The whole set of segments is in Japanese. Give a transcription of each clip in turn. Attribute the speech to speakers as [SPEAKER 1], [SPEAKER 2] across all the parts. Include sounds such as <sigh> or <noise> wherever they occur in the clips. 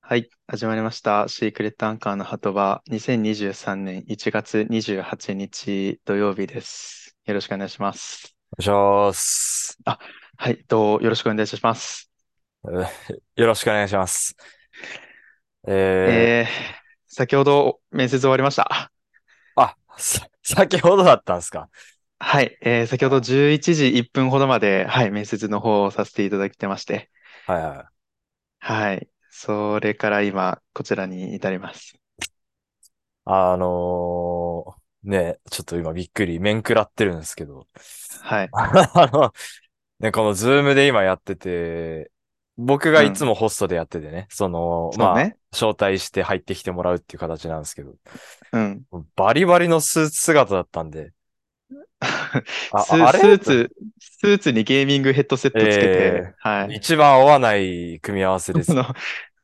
[SPEAKER 1] はい、始まりました。シークレットアンカーの鳩場、2023年1月28日土曜日です。よろしくお願いします。
[SPEAKER 2] お願いします。
[SPEAKER 1] あ、はい、どう、よろしくお願いします。
[SPEAKER 2] えよろしくお願いします。
[SPEAKER 1] え
[SPEAKER 2] え
[SPEAKER 1] ー、先ほど面接終わりました。
[SPEAKER 2] ー、あ、さ、先ほどだったんですか。
[SPEAKER 1] はい、えー先ほど
[SPEAKER 2] あ
[SPEAKER 1] 11時1分ほどまで、はい、面接の方をさせていただいてまして、
[SPEAKER 2] はいは
[SPEAKER 1] はい、それから今、こちらに至ります。
[SPEAKER 2] い。あのー、ね、ちょっと今びっくり、面食らってるんですけど。 <laughs>
[SPEAKER 1] はい、
[SPEAKER 2] あの、ね、このズームで今やってて、僕
[SPEAKER 1] う
[SPEAKER 2] がい
[SPEAKER 1] ん、
[SPEAKER 2] つもホストでやっててね、その、
[SPEAKER 1] そう
[SPEAKER 2] まあ、
[SPEAKER 1] ね、
[SPEAKER 2] 招待して入ってきてもらうっていう形なんですけど、
[SPEAKER 1] うん。
[SPEAKER 2] バリバリのスーツ姿だったんで、あ、
[SPEAKER 1] ス、
[SPEAKER 2] ああれ
[SPEAKER 1] スー
[SPEAKER 2] と
[SPEAKER 1] ツ、スーツにゲーミングヘッドセットつけ
[SPEAKER 2] え
[SPEAKER 1] て、はい、
[SPEAKER 2] ー、一番合わない組み合わせで
[SPEAKER 1] あ
[SPEAKER 2] す。
[SPEAKER 1] の、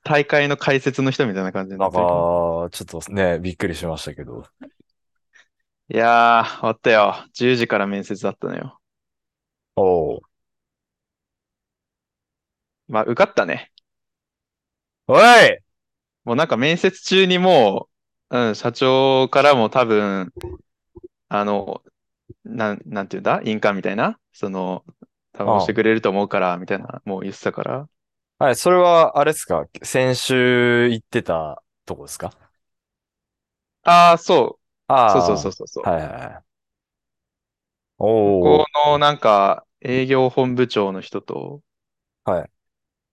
[SPEAKER 1] 大会の解説の人みたいな感じにな
[SPEAKER 2] な
[SPEAKER 1] っ
[SPEAKER 2] んか、
[SPEAKER 1] てるけど。
[SPEAKER 2] ちょっとね、びっくりしましたけど。
[SPEAKER 1] いやー、終わったよ。10時から面接だったのよ。
[SPEAKER 2] おう。
[SPEAKER 1] まあ、受かったね。
[SPEAKER 2] おい
[SPEAKER 1] もうなんか面接中にもう、うん、社長からも多分、あの、なん、なんていうんだ印鑑みたいなその、多分押し
[SPEAKER 2] あ
[SPEAKER 1] てくれると思うから、みたいな、もう言ってたから。
[SPEAKER 2] はい、それは、あれですか先週行ってたとこですか
[SPEAKER 1] ああ、そう。そうそう
[SPEAKER 2] あ
[SPEAKER 1] そうそうそ
[SPEAKER 2] あ、
[SPEAKER 1] う。
[SPEAKER 2] はいはいはい。
[SPEAKER 1] 向
[SPEAKER 2] お
[SPEAKER 1] こ
[SPEAKER 2] お、
[SPEAKER 1] うのなんか営業本部長の人と、
[SPEAKER 2] はい。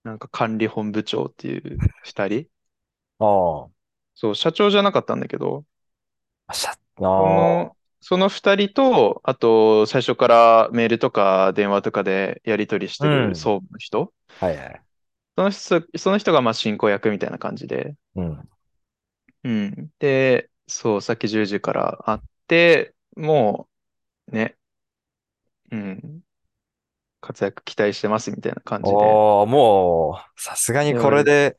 [SPEAKER 1] なんか管理本部長っていう二人。
[SPEAKER 2] ああ、
[SPEAKER 1] そう、社長じゃなかったんだけど、
[SPEAKER 2] あしゃ、
[SPEAKER 1] そ
[SPEAKER 2] ああ、
[SPEAKER 1] の、その二人と、あと、最初からメールとか電話とかでやり取りし
[SPEAKER 2] う
[SPEAKER 1] てる
[SPEAKER 2] ん。
[SPEAKER 1] 総務の人。
[SPEAKER 2] はいはい。
[SPEAKER 1] その人、その人がまあ進行役みたいな感じで。
[SPEAKER 2] うん。
[SPEAKER 1] うん。で、そう、さっき10時から会って、もうね、うん、活躍期待してますみたいな感じで。
[SPEAKER 2] おお、もう、さすがに
[SPEAKER 1] で、
[SPEAKER 2] こ
[SPEAKER 1] 俺も、
[SPEAKER 2] れで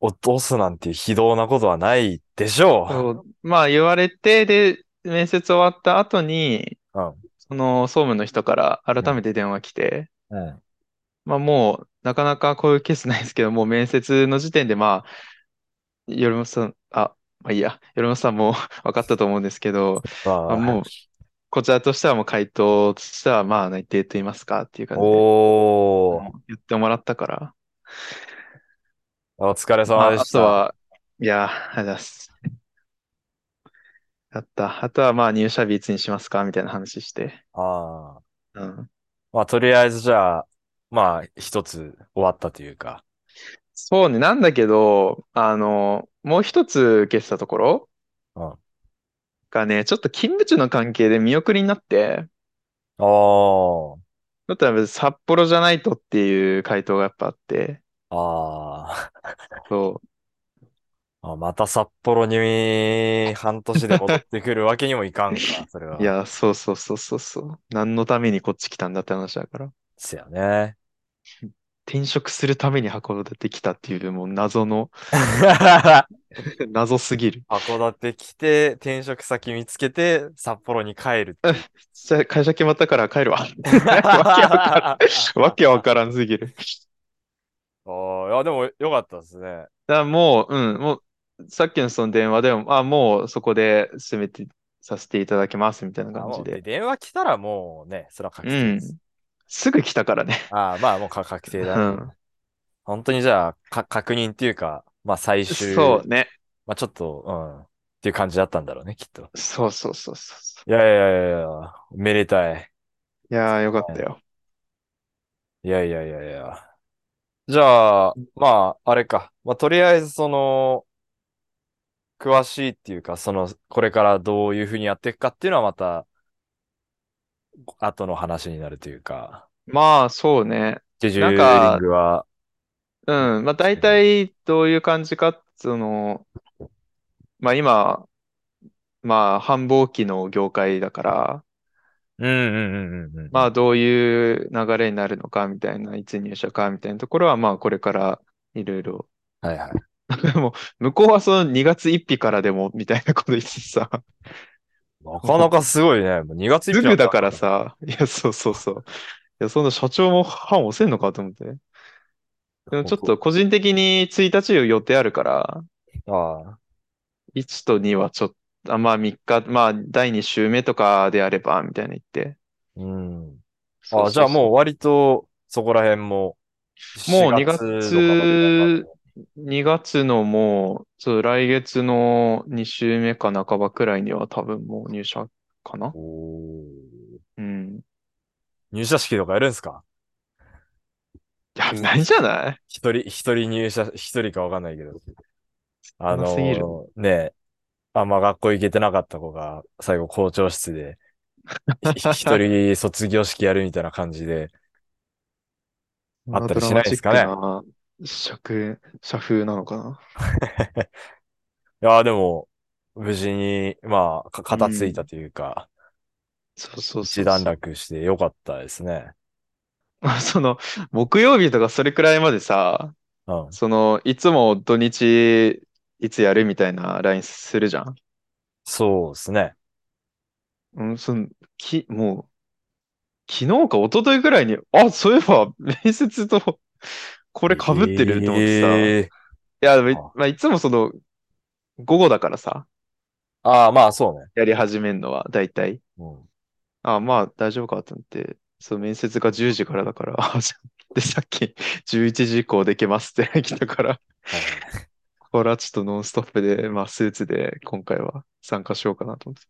[SPEAKER 2] 落とすなんて非道なことはないでしょ
[SPEAKER 1] そうまあ言われて、で、面接終わった後に、
[SPEAKER 2] う。うん、
[SPEAKER 1] その総務の人から
[SPEAKER 2] う
[SPEAKER 1] 改
[SPEAKER 2] ん、
[SPEAKER 1] めて電話来て、
[SPEAKER 2] うん。
[SPEAKER 1] まあもう、なかなかこういうケースないですけど、もう面接の時点で、まあ、よりもさん、あ、まあいいや、よりもさんも <laughs> 分かったと思うんですけど、まあ、
[SPEAKER 2] ま
[SPEAKER 1] もう、
[SPEAKER 2] あ、
[SPEAKER 1] こちらとしてはもう回答としては、まあ内定と言いますかっていう感じで、
[SPEAKER 2] おお、
[SPEAKER 1] もう言ってもらったから、
[SPEAKER 2] お疲れ
[SPEAKER 1] ま
[SPEAKER 2] 様で
[SPEAKER 1] あ、あ
[SPEAKER 2] し
[SPEAKER 1] と
[SPEAKER 2] た。
[SPEAKER 1] は、いや、ありがとうございます。やった。あとは、まあ入社日いつにしますかみたいな話して。
[SPEAKER 2] ああ。
[SPEAKER 1] うん。
[SPEAKER 2] まあ、とりあえずじゃあ、まあ、一つ終わったというか。
[SPEAKER 1] そうね、なんだけど、あの、もう一つ受けてたところ
[SPEAKER 2] うん。あ
[SPEAKER 1] がね、ちょっと勤務地の関係で見送りになって、ち
[SPEAKER 2] あ、
[SPEAKER 1] ょっとやっぱ札幌じゃないとっていう回答がやっぱあって、
[SPEAKER 2] あー <laughs>
[SPEAKER 1] そう。
[SPEAKER 2] あ、また札幌に半年で戻ってくるわけにもいかんか、そ
[SPEAKER 1] <laughs>
[SPEAKER 2] れ
[SPEAKER 1] い
[SPEAKER 2] は。
[SPEAKER 1] や、そうそうそうそうそう。何のためにこっち来たんだって話だから。
[SPEAKER 2] です
[SPEAKER 1] <laughs>
[SPEAKER 2] よね。
[SPEAKER 1] 転職するために函館てきたっていう、もう謎
[SPEAKER 2] <laughs>
[SPEAKER 1] の、謎すぎる。
[SPEAKER 2] 函館来て、転職先見つけて、札幌に帰るっ
[SPEAKER 1] うん
[SPEAKER 2] ていう。
[SPEAKER 1] じゃあ会社決まったから帰るわ。 <laughs> わけわからん。わけわからんすぎる。
[SPEAKER 2] <laughs> ああ、いや、でもよかったですね。
[SPEAKER 1] だからもう、うん、もう、さっきのその電話でも、あ、もうそこで進めてさせていただきますみたいな
[SPEAKER 2] あ、
[SPEAKER 1] 感じ
[SPEAKER 2] もう、で、
[SPEAKER 1] で。
[SPEAKER 2] 電話来たらもうね、それは確
[SPEAKER 1] う
[SPEAKER 2] 定です。
[SPEAKER 1] ん。すぐ来たからね。
[SPEAKER 2] ああ、まあ、もうか確定だ
[SPEAKER 1] う
[SPEAKER 2] ね。
[SPEAKER 1] ん。
[SPEAKER 2] 本当にじゃあ、か、確認っていうか、まあ最終、
[SPEAKER 1] そうね。
[SPEAKER 2] まあちょっと、うん、っていう感じだったんだろうね、きっと。
[SPEAKER 1] そうそうそうそうそ
[SPEAKER 2] いやいやいやいや、めでたい。
[SPEAKER 1] う。いやー、よかっ
[SPEAKER 2] は
[SPEAKER 1] た
[SPEAKER 2] い
[SPEAKER 1] よ。
[SPEAKER 2] いやいやいやいや。じゃあ、まあ、あれか。まあとりあえず、その、詳しいっていうか、その、これからどういうふうにやっていくかっていうのはまた、後の話になるというか、
[SPEAKER 1] まあ、そうね。
[SPEAKER 2] スケジ
[SPEAKER 1] なん
[SPEAKER 2] ューリン
[SPEAKER 1] か、
[SPEAKER 2] グは、
[SPEAKER 1] うん、まあ
[SPEAKER 2] し
[SPEAKER 1] 大
[SPEAKER 2] てね
[SPEAKER 1] 体どういう感じか、その、まあ今、まあ繁忙期の業界だから、
[SPEAKER 2] うんうんうんうんうんう
[SPEAKER 1] まあ
[SPEAKER 2] ん。
[SPEAKER 1] どういう流れになるのかみたいな、いつ入社かみたいなところは、まあこれからいろいろ。
[SPEAKER 2] はいはい。
[SPEAKER 1] で <laughs> も、向こうはその2月1日からでも、みたいなこと言ってさ、
[SPEAKER 2] なかな
[SPEAKER 1] も
[SPEAKER 2] かすごいね。もう2月
[SPEAKER 1] うす
[SPEAKER 2] 1日だ
[SPEAKER 1] ぐ
[SPEAKER 2] っ
[SPEAKER 1] だ
[SPEAKER 2] たん
[SPEAKER 1] から
[SPEAKER 2] だ。
[SPEAKER 1] さ、いや、そうそうそう。いや、その社長も判押せんのかと思って。でもちょっと個人的に1日予定あるから、
[SPEAKER 2] あ
[SPEAKER 1] 1と2はちょっと、あ、まあ3日、まあ第2週目とかであれば、みたいな言って。
[SPEAKER 2] あ、うん。
[SPEAKER 1] そう
[SPEAKER 2] ああ、
[SPEAKER 1] そう
[SPEAKER 2] じゃあもう
[SPEAKER 1] う
[SPEAKER 2] 割とそこら辺も、
[SPEAKER 1] もう2
[SPEAKER 2] 4
[SPEAKER 1] 月、2月のもう、そう来月の2週目か半ばくらいには多分もう入社かな
[SPEAKER 2] おー
[SPEAKER 1] うん。
[SPEAKER 2] 入社式とかやるんすか
[SPEAKER 1] やばいんじゃない
[SPEAKER 2] 一人、一人入社、一人かわかんないけど。あの
[SPEAKER 1] 少なすぎる
[SPEAKER 2] ー、ね、あんま学校行けてなかった子が、最後校長室で、ひ一人卒業式やるみたいな感じで。あったりしないですかね
[SPEAKER 1] ドラマチックな社風社風なのかない
[SPEAKER 2] やー、でも、無事に、まあ、か片付いたというか、
[SPEAKER 1] そうそうそ
[SPEAKER 2] 一
[SPEAKER 1] う
[SPEAKER 2] 段落してよかったですね。
[SPEAKER 1] まあ <laughs> その、木曜日とかそれくらいまでさ、
[SPEAKER 2] うん。
[SPEAKER 1] その、いつも土日、いつやるみたいな LINE するじゃん。
[SPEAKER 2] そうですね。
[SPEAKER 1] うん、その、き、もう、昨日か一昨日ぐらいに、あ、そういえば、面接と、こ
[SPEAKER 2] こ
[SPEAKER 1] れ被ってると思ってさ。い
[SPEAKER 2] えー
[SPEAKER 1] や、めまあ、いつもその、午後だからさ、
[SPEAKER 2] ああ、まあ、そうね。
[SPEAKER 1] やり始めるのは、だいたい。
[SPEAKER 2] うん。
[SPEAKER 1] あ、まあ、大丈夫かと思って、そう、面接が10時からだから、あ、じゃあで、さっき、11時以降できますって <laughs> 来たから、
[SPEAKER 2] はい
[SPEAKER 1] これはちょっとノンストップで、まあ、スーツで、今回は参加しようかなと思って。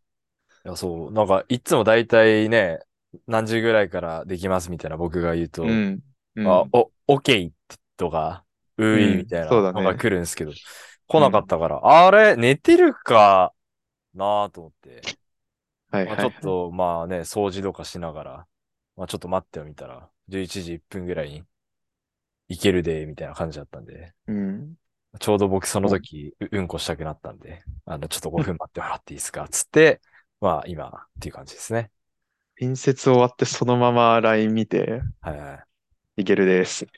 [SPEAKER 2] いや、そう、なんか、いつも大体ね、何時ぐらいからできますみたいな僕が言うと、
[SPEAKER 1] うん。うん。
[SPEAKER 2] あ、お、オッケーとか、うーいみたいな
[SPEAKER 1] そうだ
[SPEAKER 2] の
[SPEAKER 1] ね
[SPEAKER 2] が来るんですけど、来なかったから、あれ、寝てるかなと思って、
[SPEAKER 1] はい
[SPEAKER 2] まあ
[SPEAKER 1] はい
[SPEAKER 2] ちょっと、まあね、掃除とかしながら、まあちょっと待ってよみたら、11時1分ぐらいに行けるで、みたいな感じだったんで、
[SPEAKER 1] うん。
[SPEAKER 2] ちょうど僕その時、ううんこしたくなったんで、あの、ちょっと5分待ってもらっていいですか、つって、まあ今、っていう感じですね。
[SPEAKER 1] 面接終わって、そのまま LINE 見て、
[SPEAKER 2] はいはい。
[SPEAKER 1] いけるです。
[SPEAKER 2] い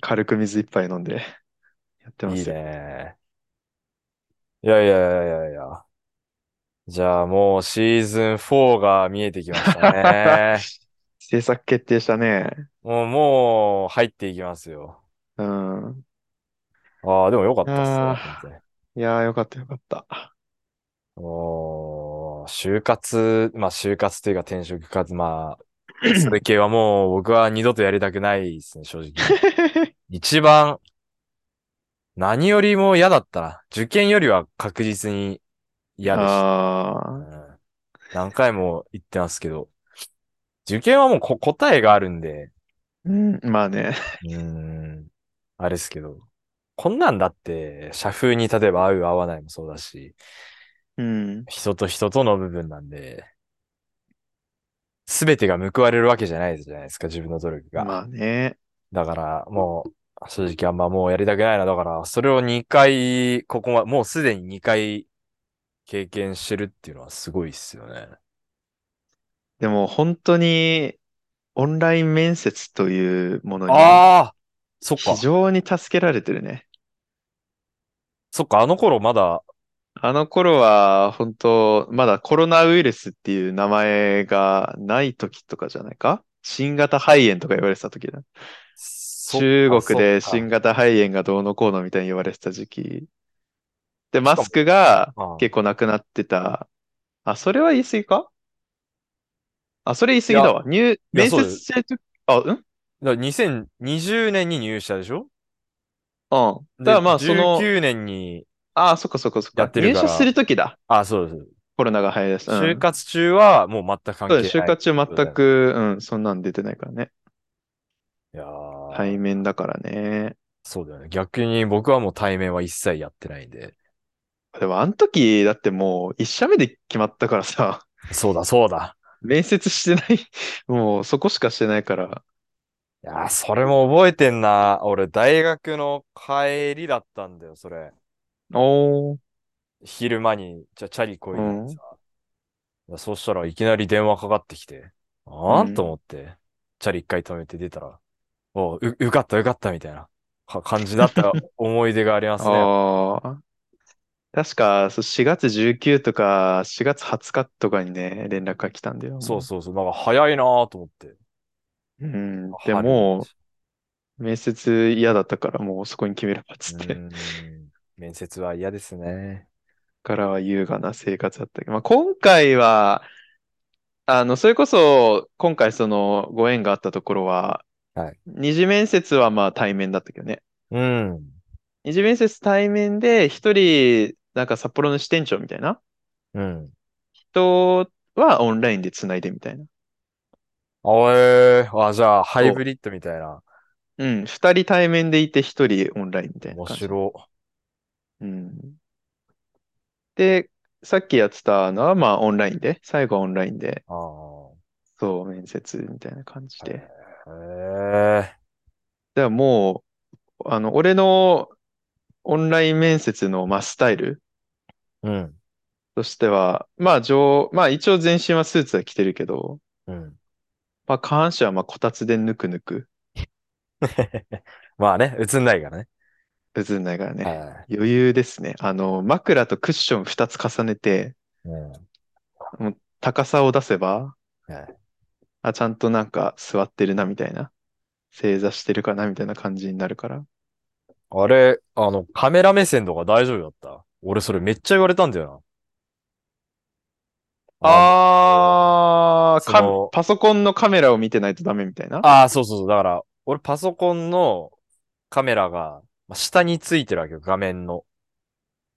[SPEAKER 1] 軽く水一杯飲んで、やってます
[SPEAKER 2] い
[SPEAKER 1] よ。
[SPEAKER 2] ね。いやいやいやいやいや。じゃあもうシーズン4が見えてきました
[SPEAKER 1] <laughs>
[SPEAKER 2] ね。
[SPEAKER 1] 制作決定したね。
[SPEAKER 2] もう、もう入っていきますよ。
[SPEAKER 1] うん。
[SPEAKER 2] ああ、でもよかったっすね
[SPEAKER 1] あー
[SPEAKER 2] 本当に
[SPEAKER 1] いやー、よかったよかった。
[SPEAKER 2] おー就活、まあ就活というか転職活、まあ、それ系はもう僕は二度とやりたくないですね、正直。一番、何よりも嫌だったな。受験よりは確実に嫌でした。
[SPEAKER 1] <laughs> あ
[SPEAKER 2] うん何回も言ってますけど、受験はもうこ答えがあるんで、
[SPEAKER 1] ーうん、まあね。
[SPEAKER 2] うーん、あれですけど、こんなんだって、社風に例えば合う合わないもそうだし、
[SPEAKER 1] うん。
[SPEAKER 2] 人と人との部分なんで、すべてが報われるわけじゃないじゃないですか、自分の努力が。
[SPEAKER 1] まあね。
[SPEAKER 2] だから、もう、正直あんまもうやりたくないな。だから、それを2回、ここま、もうすでに2回経験してるっていうのはすごいっすよね。
[SPEAKER 1] でも本当に、オンライン面接というものに、
[SPEAKER 2] ああそっか
[SPEAKER 1] 非。常に助けられてるね。
[SPEAKER 2] そっか、あの頃まだ、
[SPEAKER 1] あの頃は、本当まだコロナウイルスっていう名前がない時とかじゃないか新型肺炎とか言われてた時だ。
[SPEAKER 2] そっか
[SPEAKER 1] 中国で
[SPEAKER 2] そっか
[SPEAKER 1] 新型肺炎がどうのこうのみたいに言われてた時期。で、マスクが
[SPEAKER 2] ああ
[SPEAKER 1] 結構なくなってた。あ、それは言い過ぎかあ、それ言い過ぎだわ。入、
[SPEAKER 2] いや
[SPEAKER 1] 面
[SPEAKER 2] そうで
[SPEAKER 1] 接
[SPEAKER 2] す
[SPEAKER 1] してる時、あ、うん
[SPEAKER 2] だから2020年に入社でしょ
[SPEAKER 1] うん。ただまあ、その、
[SPEAKER 2] 19年に、
[SPEAKER 1] ああ、そっかそっかそっか。
[SPEAKER 2] やってるから
[SPEAKER 1] 入社するときだ。
[SPEAKER 2] あ、そうです。
[SPEAKER 1] コロナが流行り出した。うん
[SPEAKER 2] 就活中はもう全く関係
[SPEAKER 1] そう
[SPEAKER 2] ない。
[SPEAKER 1] です就活中全く、うん、そんなん出てないからね。
[SPEAKER 2] いやー
[SPEAKER 1] 対面だからね。
[SPEAKER 2] そうだよね。逆に僕はもう対面は一切やってないんで。
[SPEAKER 1] でも、あの時、だってもう、一社目で決まったからさ、 <laughs>
[SPEAKER 2] そうだ、そうだ。
[SPEAKER 1] 面接してない、 <laughs> もう、そこしかしてないから。
[SPEAKER 2] いやー、それも覚えてんな。俺、大学の帰りだったんだよ、それ。
[SPEAKER 1] おー、
[SPEAKER 2] 昼間に、じゃ、チャリこいでさ。いやそうしたらいきなり電話かかってきて、あー
[SPEAKER 1] うん
[SPEAKER 2] と思って、チャリ一回止めて出たら、おう、う受かった、受かった、みたいなか感じだった
[SPEAKER 1] <laughs>
[SPEAKER 2] 思い出がありますね。
[SPEAKER 1] あー。確か、そう4月19とか、4月20日とかにね、連絡が来たんだよ。
[SPEAKER 2] そうそうそう、なんか早いなーと思って。
[SPEAKER 1] うん。で
[SPEAKER 2] 春
[SPEAKER 1] も、面接嫌だったからもうそこに決めればっつ
[SPEAKER 2] う
[SPEAKER 1] って。
[SPEAKER 2] ーん。面接は嫌ですね。
[SPEAKER 1] からは優雅な生活だったけど、まあ、今回は、あの、それこそ、今回そのご縁があったところは、
[SPEAKER 2] はい
[SPEAKER 1] 二次面接はまあ対面だったけどね。
[SPEAKER 2] うん。
[SPEAKER 1] 二次面接対面で、一人、なんか札幌の支店長みたいな
[SPEAKER 2] うん。
[SPEAKER 1] 人はオンラインで繋いでみたいな。
[SPEAKER 2] あ、えー、あ、じゃあ、ハイブリッドみたいな。
[SPEAKER 1] うん、二人対面でいて一人オンラインみたいな
[SPEAKER 2] 面
[SPEAKER 1] 感じ。
[SPEAKER 2] 白。
[SPEAKER 1] うん。で、さっきやってたのはまあオンラインで、最後はオンラインで、
[SPEAKER 2] ああ。
[SPEAKER 1] そう、面接みたいな感じで。
[SPEAKER 2] へえ。
[SPEAKER 1] ではもう、あの、俺のオンライン面接の、まあ、スタイル
[SPEAKER 2] うん。
[SPEAKER 1] としては、まあ、上、まあ、一応全身はスーツは着てるけど、
[SPEAKER 2] うん。
[SPEAKER 1] まあ、下半身は、まあ、こたつでぬくぬく、
[SPEAKER 2] まあね、映んないからね。
[SPEAKER 1] うずんないからね。
[SPEAKER 2] は
[SPEAKER 1] 余裕ですね。あの、枕とクッション2つ重ねて、
[SPEAKER 2] い。うん。
[SPEAKER 1] 高さを出せば
[SPEAKER 2] はい、
[SPEAKER 1] あ、ちゃんとなんか座ってるな、みたいな。正座してるかな、みたいな感じになるから。
[SPEAKER 2] あれ、あの、カメラ目線とか大丈夫だった俺それめっちゃ言われたんだよな。
[SPEAKER 1] あ
[SPEAKER 2] ーかその
[SPEAKER 1] パソコンのカメラを見てないとダメみたいな。
[SPEAKER 2] ああ、そうそうそう。だから、俺パソコンのカメラがまあ下についてるわけよ、画面の。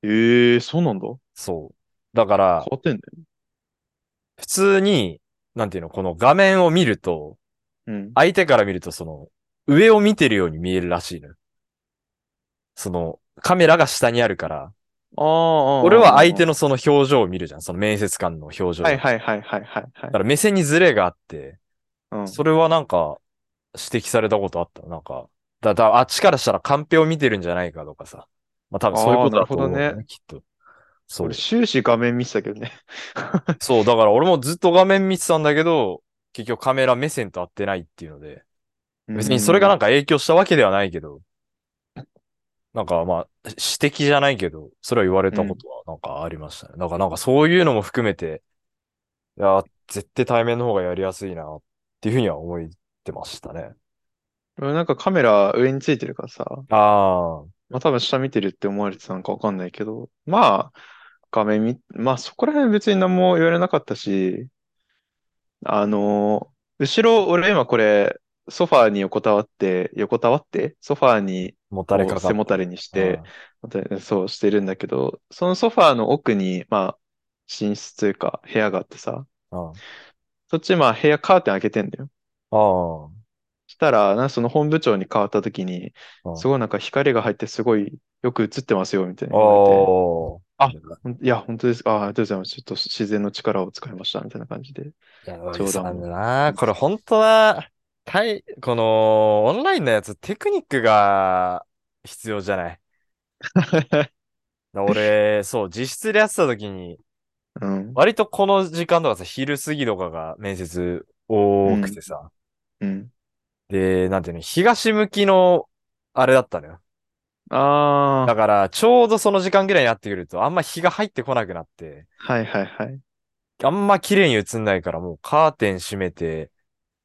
[SPEAKER 1] ええそうなんだ。
[SPEAKER 2] そう。だから
[SPEAKER 1] 変、わってんだよ。
[SPEAKER 2] 普通に、なんていうの、この画面を見ると、
[SPEAKER 1] うん。
[SPEAKER 2] 相手から見るとその、上を見てるように見えるらしいのよ。その、カメラが下にあるから、
[SPEAKER 1] ああ、
[SPEAKER 2] 俺は相手
[SPEAKER 1] の。
[SPEAKER 2] のその表情を見るじゃん。その面接官の表情。
[SPEAKER 1] はい
[SPEAKER 2] だ
[SPEAKER 1] はいはいはいはい、はい
[SPEAKER 2] から目線にズレがあって、
[SPEAKER 1] うん。
[SPEAKER 2] それはなんか、指摘されたことあった。なんか、だ、だ、あっちからしたらカンペを見てるんじゃないかとかさ。まあ多分そういうことだと思うんだ
[SPEAKER 1] あーな
[SPEAKER 2] よ
[SPEAKER 1] るほど
[SPEAKER 2] ね、きっと。そう
[SPEAKER 1] 俺。終始画面見てたけどね。
[SPEAKER 2] そう、だから俺もずっと画面見てたんだけど、結局カメラ目線と合ってないっていうので、別にそれがなん
[SPEAKER 1] か。
[SPEAKER 2] か影響したわけではないけど、なんかまあ、指摘じゃないけど、それは言われたことはなんかありましたね。だからなんかそういうのも含めて、いやー、絶対対面の方がやりやすいな、っていうふうには思ってましたね。
[SPEAKER 1] 俺なんかカメラ上についてるからさ。
[SPEAKER 2] ああ、
[SPEAKER 1] まあ多分下見てるって思われてたのかわかんないけど。まあ、画面見、まあそこら辺別に何も言われなかったし、あのー後ろ、俺今これ、ソファーに横たわって、横たわって、ソファーに
[SPEAKER 2] もたれかか
[SPEAKER 1] こ
[SPEAKER 2] っ
[SPEAKER 1] う
[SPEAKER 2] た
[SPEAKER 1] 背もたれにし
[SPEAKER 2] うん
[SPEAKER 1] て、そうしてるんだけど、そのソファーの奥に、まあ、寝室というか部屋があってさ、
[SPEAKER 2] うんあ
[SPEAKER 1] そっちまあ部屋カーテン開けてんだよ。
[SPEAKER 2] あ、
[SPEAKER 1] したら、なその本部長に変わった時に
[SPEAKER 2] う、ん
[SPEAKER 1] すごいなんか光が入ってすごいよく映ってますよ、みたいな
[SPEAKER 2] あ
[SPEAKER 1] 言わ
[SPEAKER 2] ー
[SPEAKER 1] あれて。いや、本当ですか。ああ、ありがとうございます。ちょっと自然の力を使いました、みたいな感じ
[SPEAKER 2] <laughs>
[SPEAKER 1] で。
[SPEAKER 2] いや、
[SPEAKER 1] 冗談
[SPEAKER 2] なんだな。これ本当は、たい、この、オンラインのやつ、テクニックが必要じゃない。俺、そう、実質でやってた時に、
[SPEAKER 1] うん、
[SPEAKER 2] 割とこの時間とかさ、昼過ぎとかが面接多くてさ、
[SPEAKER 1] うん。
[SPEAKER 2] で、なんていうの、東向きの、あれだったのよ。
[SPEAKER 1] あ
[SPEAKER 2] だ
[SPEAKER 1] あ、
[SPEAKER 2] から、ちょうどその時間ぐらいになってくると、あんま日が入ってこなくなって、
[SPEAKER 1] はいはいはい。
[SPEAKER 2] あんま綺麗に映んないから、もうカーテン閉めて、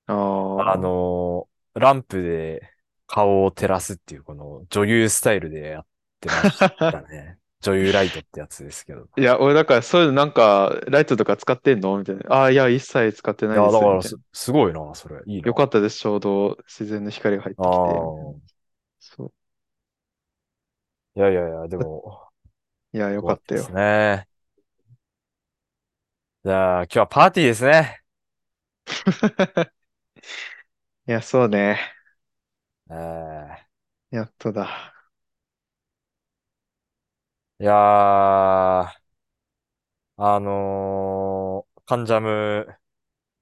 [SPEAKER 1] あ
[SPEAKER 2] あ
[SPEAKER 1] あ、
[SPEAKER 2] のーランプで顔を照らすっていう、この女優スタイルでやってましたね。女優ライトってやつですけど。
[SPEAKER 1] <laughs> いや、俺だからそういうのなんか、ライトとか使ってんのみたいな。ああ、いや、一切使って
[SPEAKER 2] い
[SPEAKER 1] ない
[SPEAKER 2] や、
[SPEAKER 1] です。
[SPEAKER 2] だか
[SPEAKER 1] み
[SPEAKER 2] ら
[SPEAKER 1] たい
[SPEAKER 2] す、すごいな、それ。いい
[SPEAKER 1] なよ
[SPEAKER 2] な。
[SPEAKER 1] かったです。ちょうど自然の光が入ってきて。
[SPEAKER 2] ああ
[SPEAKER 1] そう。
[SPEAKER 2] ー。いやいやいや、でも、
[SPEAKER 1] い <laughs> や、よかった
[SPEAKER 2] で
[SPEAKER 1] よ
[SPEAKER 2] す。ね。じゃあ、今日はパーティーですね。
[SPEAKER 1] <laughs> いや、そうね。
[SPEAKER 2] えー
[SPEAKER 1] やっとだ。
[SPEAKER 2] いやー、あのー、カンジャム、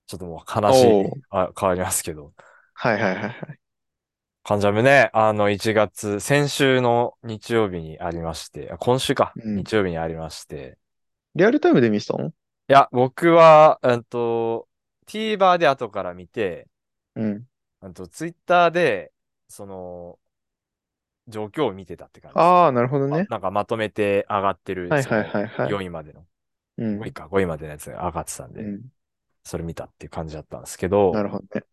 [SPEAKER 2] ちょっともう話
[SPEAKER 1] おう
[SPEAKER 2] あ変わりますけど。
[SPEAKER 1] はいはいはいはい。
[SPEAKER 2] 関ジャムね、あの、1月、先週の日曜日にありまして、あ今週か、
[SPEAKER 1] うん
[SPEAKER 2] 日曜日にありまして、
[SPEAKER 1] リアルタイムで見てたの
[SPEAKER 2] いや、僕は、うんと、TVer で後から見て、
[SPEAKER 1] うん。
[SPEAKER 2] うんと、Twitter で、その、状況を見てたって感じです
[SPEAKER 1] ああ、なるほど
[SPEAKER 2] ま
[SPEAKER 1] ね。
[SPEAKER 2] なんかまとめて上がってる、
[SPEAKER 1] はい
[SPEAKER 2] その
[SPEAKER 1] はいはいはい
[SPEAKER 2] 4位までの、
[SPEAKER 1] うん
[SPEAKER 2] 5位か、5位までのやつが上がってたんで、
[SPEAKER 1] うん。
[SPEAKER 2] それ見たっていう感じだったんですけど、
[SPEAKER 1] なるほどね。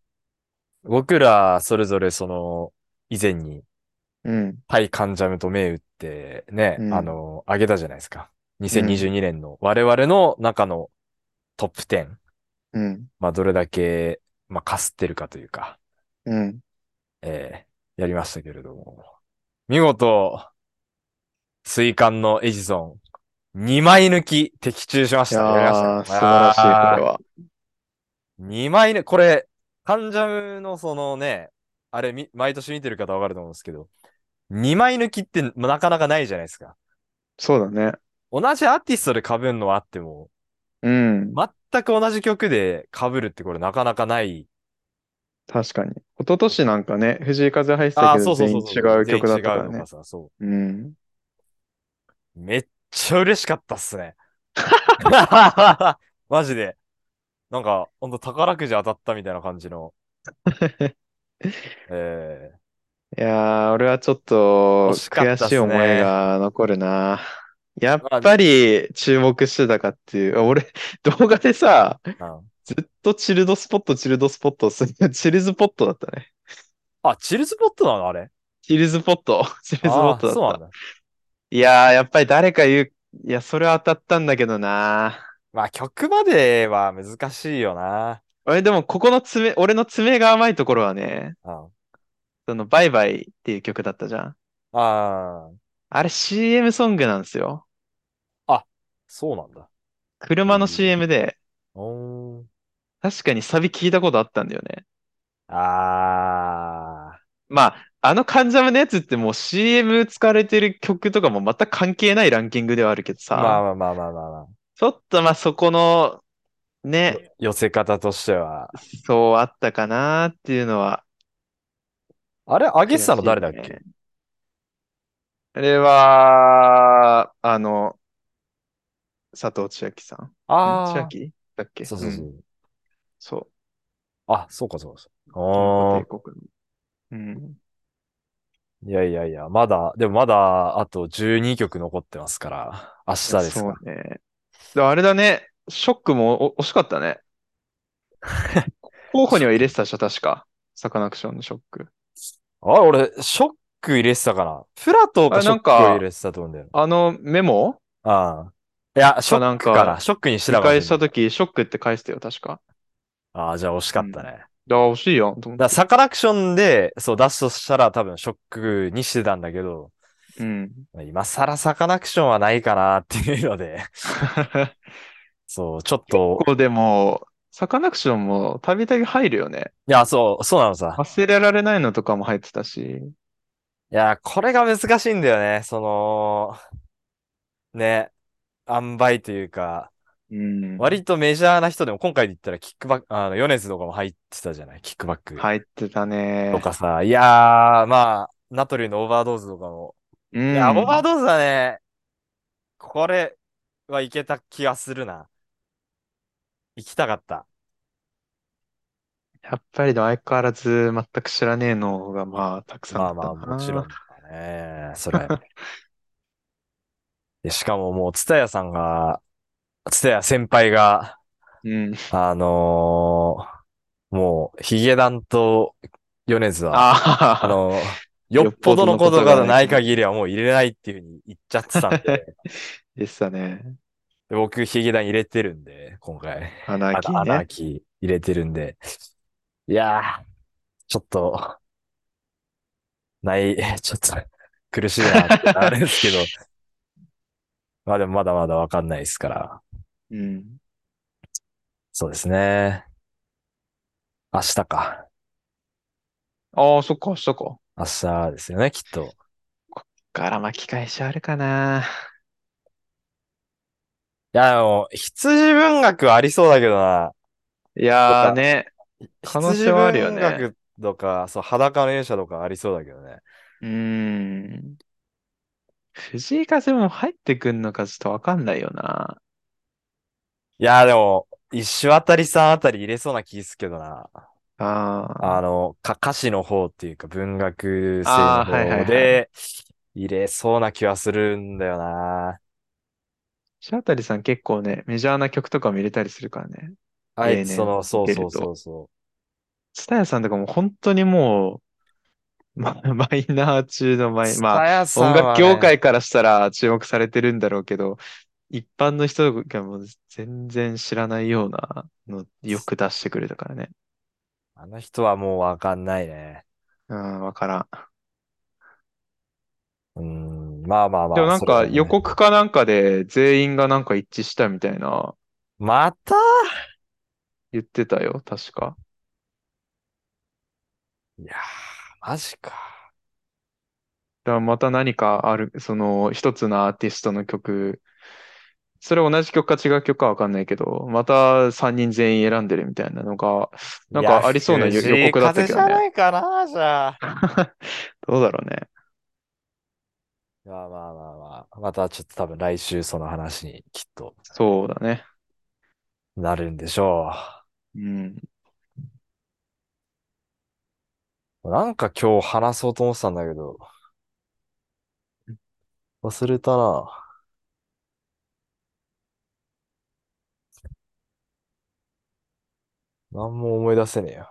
[SPEAKER 2] 僕ら、それぞれ、その、以前に、
[SPEAKER 1] うん。
[SPEAKER 2] 対カンジャムと銘打ってね、
[SPEAKER 1] うん
[SPEAKER 2] あの、上げたじゃないですか。2022年の我々の中のトップ10。
[SPEAKER 1] うん。
[SPEAKER 2] まあ、どれだけ、まあ、かすってるかというか、
[SPEAKER 1] うん。
[SPEAKER 2] えーやりましたけれども。見事、水管のエジソン、2枚抜き的中しまし
[SPEAKER 1] い
[SPEAKER 2] た。やりました
[SPEAKER 1] やー、素晴らしい、これ
[SPEAKER 2] あー
[SPEAKER 1] は。
[SPEAKER 2] 2枚ね、これ、カンジャムのそのね、あれみ、毎年見てる方わかると思うんですけど、2枚抜きってまなかなかないじゃないですか。
[SPEAKER 1] そうだね。
[SPEAKER 2] 同じアーティストで被るのはあっても、
[SPEAKER 1] うん。
[SPEAKER 2] 全く同じ曲で被るってこれなかなかない。
[SPEAKER 1] 確かに。一昨年なんかね、藤井風入ってた
[SPEAKER 2] ああ、
[SPEAKER 1] け
[SPEAKER 2] そ
[SPEAKER 1] ど、
[SPEAKER 2] うそう
[SPEAKER 1] 全員
[SPEAKER 2] そう
[SPEAKER 1] 違
[SPEAKER 2] そう
[SPEAKER 1] 曲だったから
[SPEAKER 2] 全員違うの
[SPEAKER 1] ね
[SPEAKER 2] か。さ、そう。
[SPEAKER 1] うん。
[SPEAKER 2] めっちゃ嬉しかったっす
[SPEAKER 1] <laughs>
[SPEAKER 2] ね。マジで。なんか、ほんと宝くじ当たったみたいな感
[SPEAKER 1] <laughs>
[SPEAKER 2] じの。え
[SPEAKER 1] いやー、俺はちょっと
[SPEAKER 2] 惜しかったっ
[SPEAKER 1] 悔し
[SPEAKER 2] すね
[SPEAKER 1] い思いが残るな。やっぱり注目してたかっていう。あ俺、 <laughs> 動画でさ、
[SPEAKER 2] えうん
[SPEAKER 1] ずっとチルドスポット、チルドスポット、すチルズポットだったね。
[SPEAKER 2] あ、チルズポットなのあれ
[SPEAKER 1] チルズポット、 <laughs> チルズポット
[SPEAKER 2] あ
[SPEAKER 1] だ
[SPEAKER 2] ーそう
[SPEAKER 1] っ
[SPEAKER 2] な
[SPEAKER 1] た
[SPEAKER 2] ん。だ。
[SPEAKER 1] いやー、やっぱり誰か言う、いや、それは当たったんだけどな。
[SPEAKER 2] まあ曲までは難しいよな。
[SPEAKER 1] 俺、でも、ここの爪、俺の爪が甘いところはね、
[SPEAKER 2] うん、
[SPEAKER 1] その、バイバイっていう曲だったじゃん。
[SPEAKER 2] あー
[SPEAKER 1] あれ、CM ソングなんですよ。
[SPEAKER 2] そうなんだ。
[SPEAKER 1] 車
[SPEAKER 2] うん
[SPEAKER 1] の CM で、
[SPEAKER 2] おー
[SPEAKER 1] 確かにサビ聞いたことあったんだよね。
[SPEAKER 2] あ
[SPEAKER 1] まあ、あの関ジャムのやつってもう CM 使われてる曲とかも全く関係ないランキングではあるけど
[SPEAKER 2] ー。まあ
[SPEAKER 1] さ、
[SPEAKER 2] まあまあまあまあまあ。
[SPEAKER 1] ちょっとまあそこの、ね、
[SPEAKER 2] 寄せ方としては。
[SPEAKER 1] そうあったかなっていうのは
[SPEAKER 2] あれ、ア
[SPEAKER 1] 悔
[SPEAKER 2] げてたの
[SPEAKER 1] しいね
[SPEAKER 2] 誰だっけ
[SPEAKER 1] あれは、あの、佐藤千秋さん。
[SPEAKER 2] あ
[SPEAKER 1] 千
[SPEAKER 2] あ。
[SPEAKER 1] 秋だっけ
[SPEAKER 2] そうそうそう。
[SPEAKER 1] んそう。
[SPEAKER 2] あ、そうかそうかそうか。ああ
[SPEAKER 1] 帝。国のうん。
[SPEAKER 2] いやいやいや、まだ、でもまだ、あと12曲残ってますから、明日です
[SPEAKER 1] そ
[SPEAKER 2] か。
[SPEAKER 1] うね。であれだね、ショックもお惜しかった
[SPEAKER 2] <laughs>
[SPEAKER 1] ね。候補には入れてたでしょ、確か。サカナクションのショック。
[SPEAKER 2] あ、俺、ショック入れてたかな。プラトー
[SPEAKER 1] あ
[SPEAKER 2] かショックを
[SPEAKER 1] なんか
[SPEAKER 2] 入れてたと思うんだよね。
[SPEAKER 1] あのメモ
[SPEAKER 2] ああ。いや、ショックか
[SPEAKER 1] なん
[SPEAKER 2] な。
[SPEAKER 1] か
[SPEAKER 2] ショックにして
[SPEAKER 1] 見
[SPEAKER 2] たかも
[SPEAKER 1] 返し
[SPEAKER 2] しれ
[SPEAKER 1] た
[SPEAKER 2] ない。
[SPEAKER 1] とき、ショックって返してよ、確か。
[SPEAKER 2] ああ、じゃあ惜しかったね。だか
[SPEAKER 1] だから惜しいよ、と思って。
[SPEAKER 2] らサカナクションで、そう、出すとしたら多分ショックにしてたんだけど、
[SPEAKER 1] うん。 <laughs>
[SPEAKER 2] 今更サカナクションはないかなっていうので、そう、ちょっと、
[SPEAKER 1] こうでも、サカナクションもたびたび入るよね。
[SPEAKER 2] いや、そう、そうなのさ。
[SPEAKER 1] 忘れられないのとかも入ってたし。
[SPEAKER 2] いや、これが難しいんだよね。その、ね、塩梅というか、
[SPEAKER 1] うん。
[SPEAKER 2] 割とメジャーな人でも、今回で言ったらキックバック、あの、米津とかも入ってたじゃない、キックバック
[SPEAKER 1] 入ってたね
[SPEAKER 2] と。かさ、いやー、まあ、ナトリのオーバードーズとかも。
[SPEAKER 1] う
[SPEAKER 2] い
[SPEAKER 1] ん。
[SPEAKER 2] や、オーバードーズはね、これはいけた気がするな。行きたかった。
[SPEAKER 1] やっぱりでも相変わらず全く知らねえのがまあたくさん
[SPEAKER 2] ま
[SPEAKER 1] だ
[SPEAKER 2] あ
[SPEAKER 1] った
[SPEAKER 2] まあ、
[SPEAKER 1] な
[SPEAKER 2] もちろんだね。それ <laughs> は。でしかももう、ツタヤさんが、ツタヤ先輩が、
[SPEAKER 1] うん。
[SPEAKER 2] あのーもう、ヒゲダンと米津は、
[SPEAKER 1] あ
[SPEAKER 2] あ
[SPEAKER 1] あ、
[SPEAKER 2] のーよっぽどのことがない限りはもう入れないっていうふうに言っちゃってたん
[SPEAKER 1] <laughs>
[SPEAKER 2] で、
[SPEAKER 1] でしたね。
[SPEAKER 2] で僕、ヒゲダン入れてるんで、今回、
[SPEAKER 1] アナーキ
[SPEAKER 2] ア
[SPEAKER 1] ー
[SPEAKER 2] ナ
[SPEAKER 1] ね
[SPEAKER 2] ー。キー入れてるんで、いやー、ちょっと、ない、 <laughs> ちょっと、苦しいなってあれですけど、 <laughs> まあでもまだまだわかんないですから、
[SPEAKER 1] うん。
[SPEAKER 2] そうですね。明日か。
[SPEAKER 1] ああ、そっか、そっか。
[SPEAKER 2] 明日ですよね、きっと。
[SPEAKER 1] から巻き返しあるかな。
[SPEAKER 2] いや、でも、羊文学はありそうだけどな。
[SPEAKER 1] いやーね。可能性はあるよね
[SPEAKER 2] 羊文学とか、そう、裸の勇者とかありそうだけどね。
[SPEAKER 1] うーん。藤井風も入ってくんのかちょっとわかんないよな。
[SPEAKER 2] いや、でも、一周あたりさんあたり入れそうな気ですけどな。
[SPEAKER 1] ああ、
[SPEAKER 2] あの、か歌詞の方っていうか、文学性の
[SPEAKER 1] あーはいはいは
[SPEAKER 2] 方
[SPEAKER 1] い
[SPEAKER 2] で、入れそうな気はするんだよな。
[SPEAKER 1] 白鳥さん結構ね、メジャーな曲とかも入れたりするからね。
[SPEAKER 2] あい
[SPEAKER 1] いい
[SPEAKER 2] つ、
[SPEAKER 1] ね
[SPEAKER 2] その、そう
[SPEAKER 1] 入れ
[SPEAKER 2] そ
[SPEAKER 1] る
[SPEAKER 2] う
[SPEAKER 1] と
[SPEAKER 2] そうそう。
[SPEAKER 1] 蔦屋さんとかもう本当にもまあ、マイナー中のマイ、まあ、
[SPEAKER 2] 蔦屋さ
[SPEAKER 1] 音
[SPEAKER 2] ん
[SPEAKER 1] 楽
[SPEAKER 2] はね
[SPEAKER 1] 業界からしたら注目されてるんだろうけど、一般の人がもう全然知らないようなのよく出してくれたからね。
[SPEAKER 2] あの人はもうわかんないね。
[SPEAKER 1] うん、わからん。
[SPEAKER 2] うーん、まあまあまあ。
[SPEAKER 1] でもなん
[SPEAKER 2] そう
[SPEAKER 1] か
[SPEAKER 2] だね
[SPEAKER 1] 予告かなんかで全員がなんか一致したみたいな
[SPEAKER 2] また
[SPEAKER 1] 言ってたよ、確か。
[SPEAKER 2] いやー、マジ
[SPEAKER 1] だ
[SPEAKER 2] か。
[SPEAKER 1] からまた何かある、その一つのアーティストの曲、それ同じ曲か違う曲かわかんないけど、また三人全員選んでるみたいなのが、なんかありそうな予予告だったけどね。
[SPEAKER 2] いや藤井風じゃないかな、じゃあ。
[SPEAKER 1] <laughs> どうだろうね。
[SPEAKER 2] まあまあまあまあ。またちょっと多分来週その話にきっと
[SPEAKER 1] そうだね。
[SPEAKER 2] なるんでしょ
[SPEAKER 1] うん。
[SPEAKER 2] う。なんか今日話そうと思ってたんだけど。忘れたな。なんも思い出せねえよ。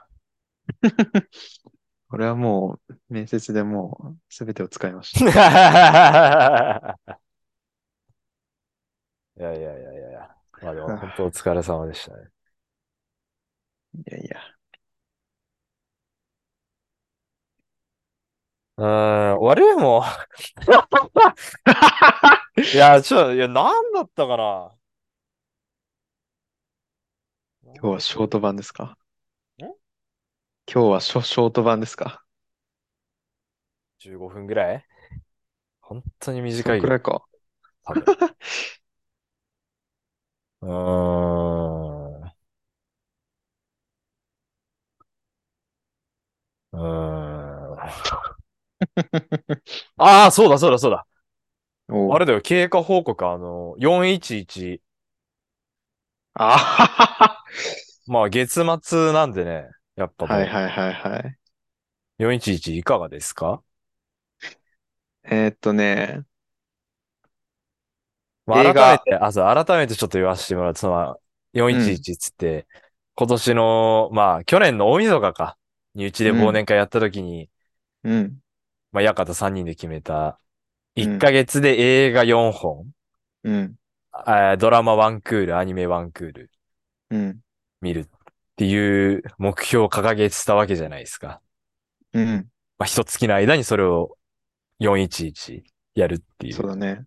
[SPEAKER 1] これはもう、面接でもう、すべてを使いま
[SPEAKER 2] <laughs>
[SPEAKER 1] した。
[SPEAKER 2] いやいやいやいやいや。まあ
[SPEAKER 1] <laughs>
[SPEAKER 2] でも本当お疲れ様でしたね。
[SPEAKER 1] いやいや。
[SPEAKER 2] うーん、終わ
[SPEAKER 1] <laughs>
[SPEAKER 2] るもう。いや、ちょっと、いや、なんだったかな。
[SPEAKER 1] 今日はショート版ですか
[SPEAKER 2] ん
[SPEAKER 1] 今日はショ、ショート版ですか
[SPEAKER 2] 15分ぐらい本当に
[SPEAKER 1] そ
[SPEAKER 2] 短
[SPEAKER 1] れ
[SPEAKER 2] い
[SPEAKER 1] く
[SPEAKER 2] よ
[SPEAKER 1] らい
[SPEAKER 2] <laughs>
[SPEAKER 1] か。
[SPEAKER 2] 多分。うーん。うーん。ああ、そうだそうだそうだ。
[SPEAKER 1] お
[SPEAKER 2] あ
[SPEAKER 1] れ
[SPEAKER 2] れだよ、経過報告、あの、411。
[SPEAKER 1] あはは
[SPEAKER 2] まあ、月末なんでね、やっぱ
[SPEAKER 1] は
[SPEAKER 2] も
[SPEAKER 1] はい
[SPEAKER 2] う
[SPEAKER 1] はいはいはい。
[SPEAKER 2] 411いかがですか
[SPEAKER 1] えーっとね、
[SPEAKER 2] まあ、
[SPEAKER 1] 映画
[SPEAKER 2] 改めて、あ、そう、改めてちょっと言わせてもらうと、その、411つって、今年の、まあ、去年の大晦日か、にうちで忘年会やった時に、
[SPEAKER 1] うん、
[SPEAKER 2] まあ、館3人で決めた、
[SPEAKER 1] うん
[SPEAKER 2] 1ヶ月で映画4本、
[SPEAKER 1] うん、
[SPEAKER 2] あドラマ1クール、アニメ1クール
[SPEAKER 1] うん、
[SPEAKER 2] 見るっていう目標を掲げてたわけじゃないですか。
[SPEAKER 1] うん。
[SPEAKER 2] まあ、一月の間にそれを411やるってい
[SPEAKER 1] そう
[SPEAKER 2] う。
[SPEAKER 1] だね。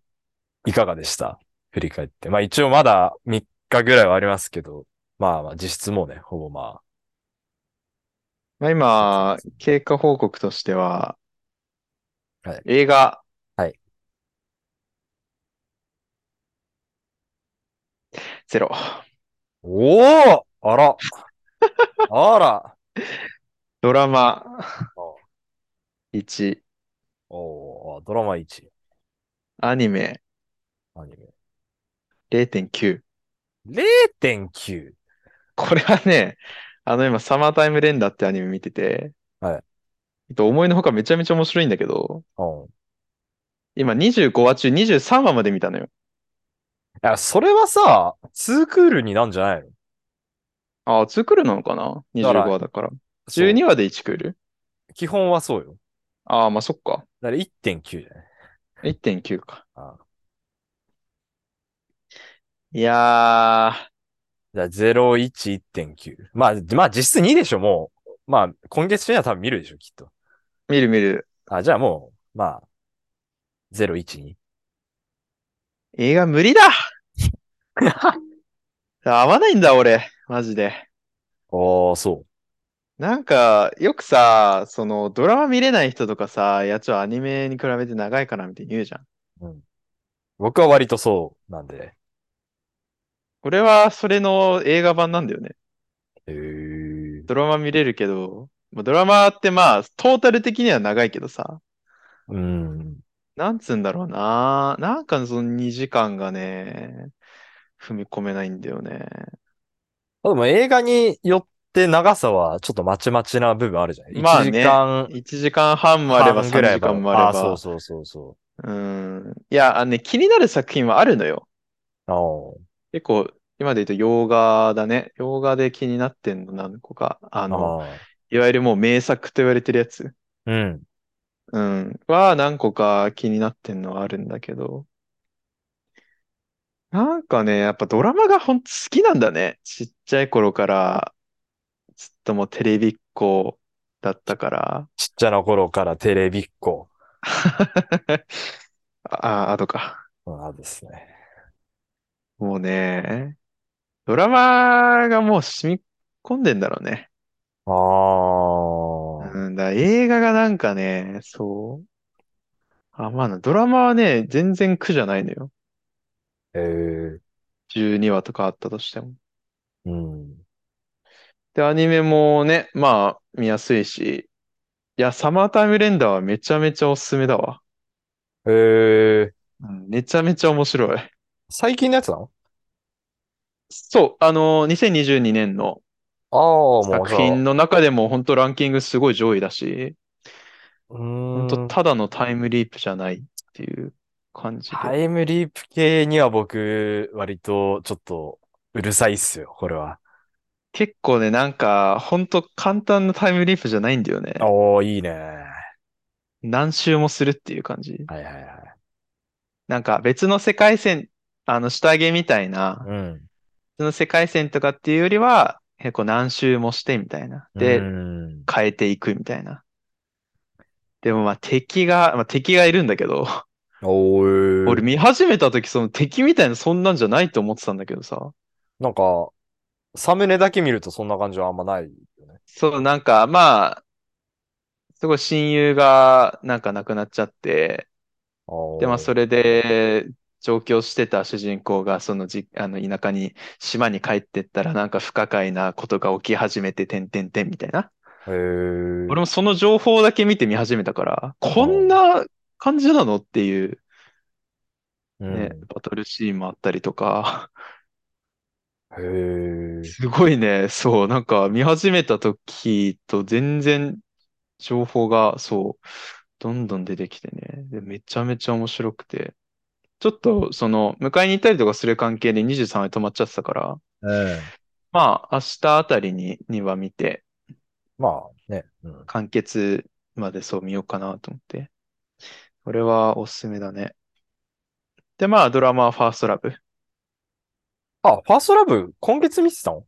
[SPEAKER 2] いかがでした振り返って。まあ一応まだ3日ぐらいはありますけど、まあまあ実質もうね、ほぼま
[SPEAKER 1] まあ今
[SPEAKER 2] そうそうそう、
[SPEAKER 1] 経過報告としては
[SPEAKER 2] はい、
[SPEAKER 1] 映画。
[SPEAKER 2] はい
[SPEAKER 1] ゼロ。
[SPEAKER 2] あ。おお
[SPEAKER 1] <laughs>
[SPEAKER 2] あらあら
[SPEAKER 1] ドラマ
[SPEAKER 2] お
[SPEAKER 1] 1、
[SPEAKER 2] おードラマ1、
[SPEAKER 1] アニメ
[SPEAKER 2] アニメ。
[SPEAKER 1] 0.9。
[SPEAKER 2] 0.9!
[SPEAKER 1] これはね、あの今、サマータイムレンダーってアニメ見てて、
[SPEAKER 2] はい
[SPEAKER 1] えっと思いのほかめちゃめちゃ面白いんだけど、
[SPEAKER 2] うん。い
[SPEAKER 1] 今25話中23話まで見たのよ。
[SPEAKER 2] や、それはさ、2クールになんじゃないの
[SPEAKER 1] ああ、2クールなのかな ?25 話だから。
[SPEAKER 2] そう
[SPEAKER 1] 12話で1クール
[SPEAKER 2] 基本はそうよ。
[SPEAKER 1] ああ、まあそっか。
[SPEAKER 2] だから1.9じゃない
[SPEAKER 1] 1.9か。
[SPEAKER 2] あ
[SPEAKER 1] いや
[SPEAKER 2] じゃあ01、1.9。まあ、まあ実質2でしょ、もう。まあ今月中には多分見るでしょ、きっと。
[SPEAKER 1] ー、見る見る。
[SPEAKER 2] あ、じゃあもう、まあ、012。
[SPEAKER 1] 映画無 <laughs> 理だ合わないんだ、俺。マジで。
[SPEAKER 2] ああ、そ
[SPEAKER 1] なんか、よくさ、その、ドラマ見れない人とかさ、やつはアニメに比べて長いからみたいに言うじゃん。
[SPEAKER 2] う。うん。僕は割とそうなんで。
[SPEAKER 1] 俺は、それの映画版なんだよね。
[SPEAKER 2] へえ。
[SPEAKER 1] ドラマ見れるけど、まあドラマってまあ、トータル的には長いけどさ、
[SPEAKER 2] うん。
[SPEAKER 1] なんつうんだろうな。なんかその2時間がね、踏み込めないんだよね。
[SPEAKER 2] あでも映画によって長さはちょっとまちまちな部分あるじゃない
[SPEAKER 1] まあね
[SPEAKER 2] 1時間
[SPEAKER 1] 1時間半もあれば
[SPEAKER 2] 半ぐらい
[SPEAKER 1] 3時間もあ
[SPEAKER 2] あ
[SPEAKER 1] れ
[SPEAKER 2] あ、そ
[SPEAKER 1] ば
[SPEAKER 2] う。そうそうそ
[SPEAKER 1] う
[SPEAKER 2] う
[SPEAKER 1] ん。いや、あのね、気になる作品はあるのよ。
[SPEAKER 2] う。あ
[SPEAKER 1] 結構、今で言うと洋画だね。洋画で気になってんの何個か。あ
[SPEAKER 2] あ
[SPEAKER 1] の、
[SPEAKER 2] ああ。
[SPEAKER 1] いわゆるもう名作と言われてるやつ。
[SPEAKER 2] うん。
[SPEAKER 1] うん、は何個か気になってんのはあるんだけど、なんかね、やっぱドラマがほんと好きなんだね。ちっちゃい頃から、ずっともうテレビっ子だったから。
[SPEAKER 2] ちっちゃな頃からテレビっ子。
[SPEAKER 1] あ、あとか。
[SPEAKER 2] あですね。
[SPEAKER 1] もうね、ドラマがもう染み込んでんだろうね。
[SPEAKER 2] ああ。
[SPEAKER 1] うん、だから映画がなんかね、そう。あ、まあな、ドラマはね、全然苦じゃないのよ。
[SPEAKER 2] ええ
[SPEAKER 1] 12話とかあったとしても。
[SPEAKER 2] うん。
[SPEAKER 1] で、アニメもね、まあ、見やすいし。いや、サマータイムレンダーはめちゃめちゃおすすめだわ。
[SPEAKER 2] ええ
[SPEAKER 1] うん、めちゃめちゃ面白い。
[SPEAKER 2] 最近のやつなの
[SPEAKER 1] そう、あのー、2022年の
[SPEAKER 2] ああー、もう
[SPEAKER 1] 作
[SPEAKER 2] さ、
[SPEAKER 1] 品の中でも本当ランキングすごい上位だし、
[SPEAKER 2] う
[SPEAKER 1] 本当
[SPEAKER 2] ーん。
[SPEAKER 1] ただのタイムリープじゃないっていう感じ
[SPEAKER 2] タ
[SPEAKER 1] で。
[SPEAKER 2] イムリープ系には僕、割とちょっとうるさいっすよ、これは。
[SPEAKER 1] 結構ね、なんか、本当簡単なタイムリープじゃないんだよね。
[SPEAKER 2] おー、いいね。
[SPEAKER 1] 何周もするっていう感じ。
[SPEAKER 2] はいはいはい。
[SPEAKER 1] なんか別の世界線、あの、下着みたいうな、
[SPEAKER 2] ん。
[SPEAKER 1] その世界線とかっていうよりは、結構何周もしてみたいな。
[SPEAKER 2] う
[SPEAKER 1] で、
[SPEAKER 2] ーん。
[SPEAKER 1] 変えていくみたいな。でもまあ敵が、まあ敵がいるんだけど、
[SPEAKER 2] お
[SPEAKER 1] 俺
[SPEAKER 2] ー。
[SPEAKER 1] 見始めた時その敵みたいなそんなんじゃないと思ってたんだけどさ。
[SPEAKER 2] なんか、サムネだけ見るとそんな感じはあんまないよね。
[SPEAKER 1] そう、なんかまあ、すごい親友がなんか亡くなっちゃって、でまあ
[SPEAKER 2] お
[SPEAKER 1] そ
[SPEAKER 2] ー。
[SPEAKER 1] れで上京してた主人公がそのじ、あの田舎に、島に帰ってったらなんか不可解なことが起き始めて、てんてんてんみたいな。
[SPEAKER 2] へー。
[SPEAKER 1] 俺もその情報だけ見て見始めたから、こん
[SPEAKER 2] おー。
[SPEAKER 1] な感じなのっていう
[SPEAKER 2] う
[SPEAKER 1] ね、
[SPEAKER 2] ん。
[SPEAKER 1] バトルシーンもあったりとか、
[SPEAKER 2] へー。
[SPEAKER 1] すごいね、そう、なんか見始めた時と全然情報がそう、どんどん出てきてね、でめちゃめちゃ面白くて、ちょっとその、迎えに行ったりとかする関係で23話止まっちゃってたから、
[SPEAKER 2] うん。
[SPEAKER 1] まあ明日あたりに、には見て、
[SPEAKER 2] まあね。うん。
[SPEAKER 1] 完結までそう見ようかなと思って、これはおすすめだね。で、まあドラマはファーストラブ。フ
[SPEAKER 2] あ、ファーストラブ、今月見てたの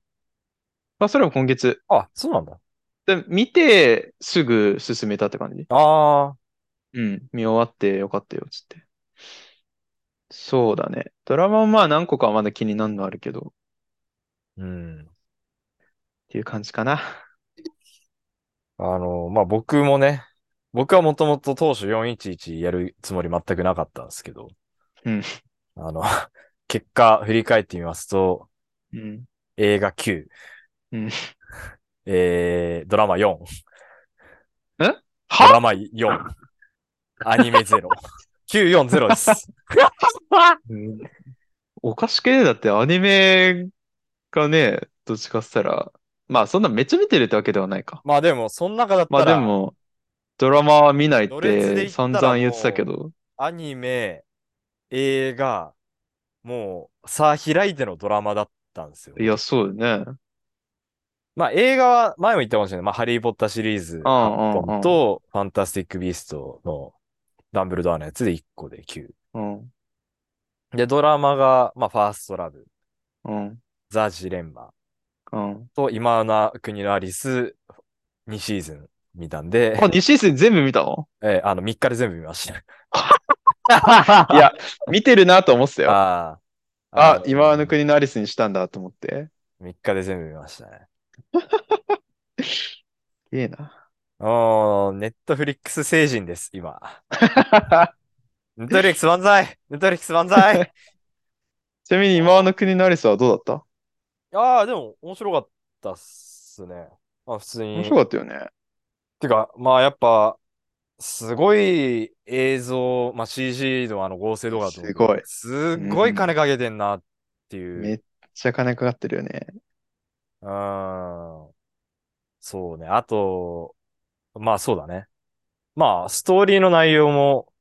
[SPEAKER 1] ァーストラブ今月。
[SPEAKER 2] あ、そうなんだ。
[SPEAKER 1] で、見てすぐ進めたって感じ。
[SPEAKER 2] ああ。
[SPEAKER 1] うん、見終わってよかったよ、つって。そうだね。ドラマはまあ何個かまだ気になるのあるけど、っ
[SPEAKER 2] うん。
[SPEAKER 1] ていう感じかな。
[SPEAKER 2] あの、まあ、僕もね、僕はもともと当初411やるつもり全くなかったんですけど、
[SPEAKER 1] うん。
[SPEAKER 2] あの、 <laughs> 結果振り返ってみますと、
[SPEAKER 1] うん。
[SPEAKER 2] 映画9、
[SPEAKER 1] うん。ん
[SPEAKER 2] えー、ドラマ4、ドラ
[SPEAKER 1] は
[SPEAKER 2] マ4、アニメ0、940です。
[SPEAKER 1] <laughs> うんおかしくねだってアニメがね、どっちかっつったら、まあそんなめっちゃ見てるってわけではないか。
[SPEAKER 2] まあでも、その中だっ
[SPEAKER 1] <laughs> まあ
[SPEAKER 2] た
[SPEAKER 1] で
[SPEAKER 2] ら、
[SPEAKER 1] も、ドラマは見ないっ
[SPEAKER 2] 序列で
[SPEAKER 1] て
[SPEAKER 2] 言っ
[SPEAKER 1] 散
[SPEAKER 2] たら
[SPEAKER 1] 々言ってたけ
[SPEAKER 2] も
[SPEAKER 1] ど、
[SPEAKER 2] う、アニメ、映画、もう、差開いてのドラマだったんですよ
[SPEAKER 1] い
[SPEAKER 2] ね。
[SPEAKER 1] や、そうだよね。
[SPEAKER 2] まあ映画は前も言ったかもしれない。まあハリー・ポッターシリー
[SPEAKER 1] う
[SPEAKER 2] ズ8
[SPEAKER 1] ん
[SPEAKER 2] 本
[SPEAKER 1] うん
[SPEAKER 2] とファンタスティック・ビーストのダンブルドアのやつで1個で9。
[SPEAKER 1] うん。
[SPEAKER 2] で、ドラマが、まあファーストラブ、
[SPEAKER 1] うん。
[SPEAKER 2] ザ・ジレンマ
[SPEAKER 1] うん。
[SPEAKER 2] と今の国のアリス2シーズン見たんで、
[SPEAKER 1] あ、2シーズン全部見たの
[SPEAKER 2] えーあの3日で全部見ました。
[SPEAKER 1] いや、見てるなと思ってたよ。
[SPEAKER 2] ああ、あ
[SPEAKER 1] あ、今の
[SPEAKER 2] の
[SPEAKER 1] 国のアリスにしたんだと思って。
[SPEAKER 2] 3日で全部見ましたね。
[SPEAKER 1] いいな。
[SPEAKER 2] おー、ネットフリックス成人です、
[SPEAKER 1] <laughs>
[SPEAKER 2] 今。ネットフリックス万歳ネットフリックス万歳
[SPEAKER 1] ちなみに今の国のアリスはどうだった
[SPEAKER 2] ああ、でも面白かったっすね。まあ普通
[SPEAKER 1] 面
[SPEAKER 2] に。
[SPEAKER 1] 白かったよね。
[SPEAKER 2] てか、まあやっぱ、すごい映像、まあ CG のあの合成動画だと思
[SPEAKER 1] す
[SPEAKER 2] うけど、
[SPEAKER 1] ごい。
[SPEAKER 2] す
[SPEAKER 1] う
[SPEAKER 2] っごい金
[SPEAKER 1] ん。
[SPEAKER 2] かけてんなっていう。
[SPEAKER 1] めっちゃ金かかってるよね。
[SPEAKER 2] うーん。そうね。あと、まあそうだね。まあストーリーの内容も、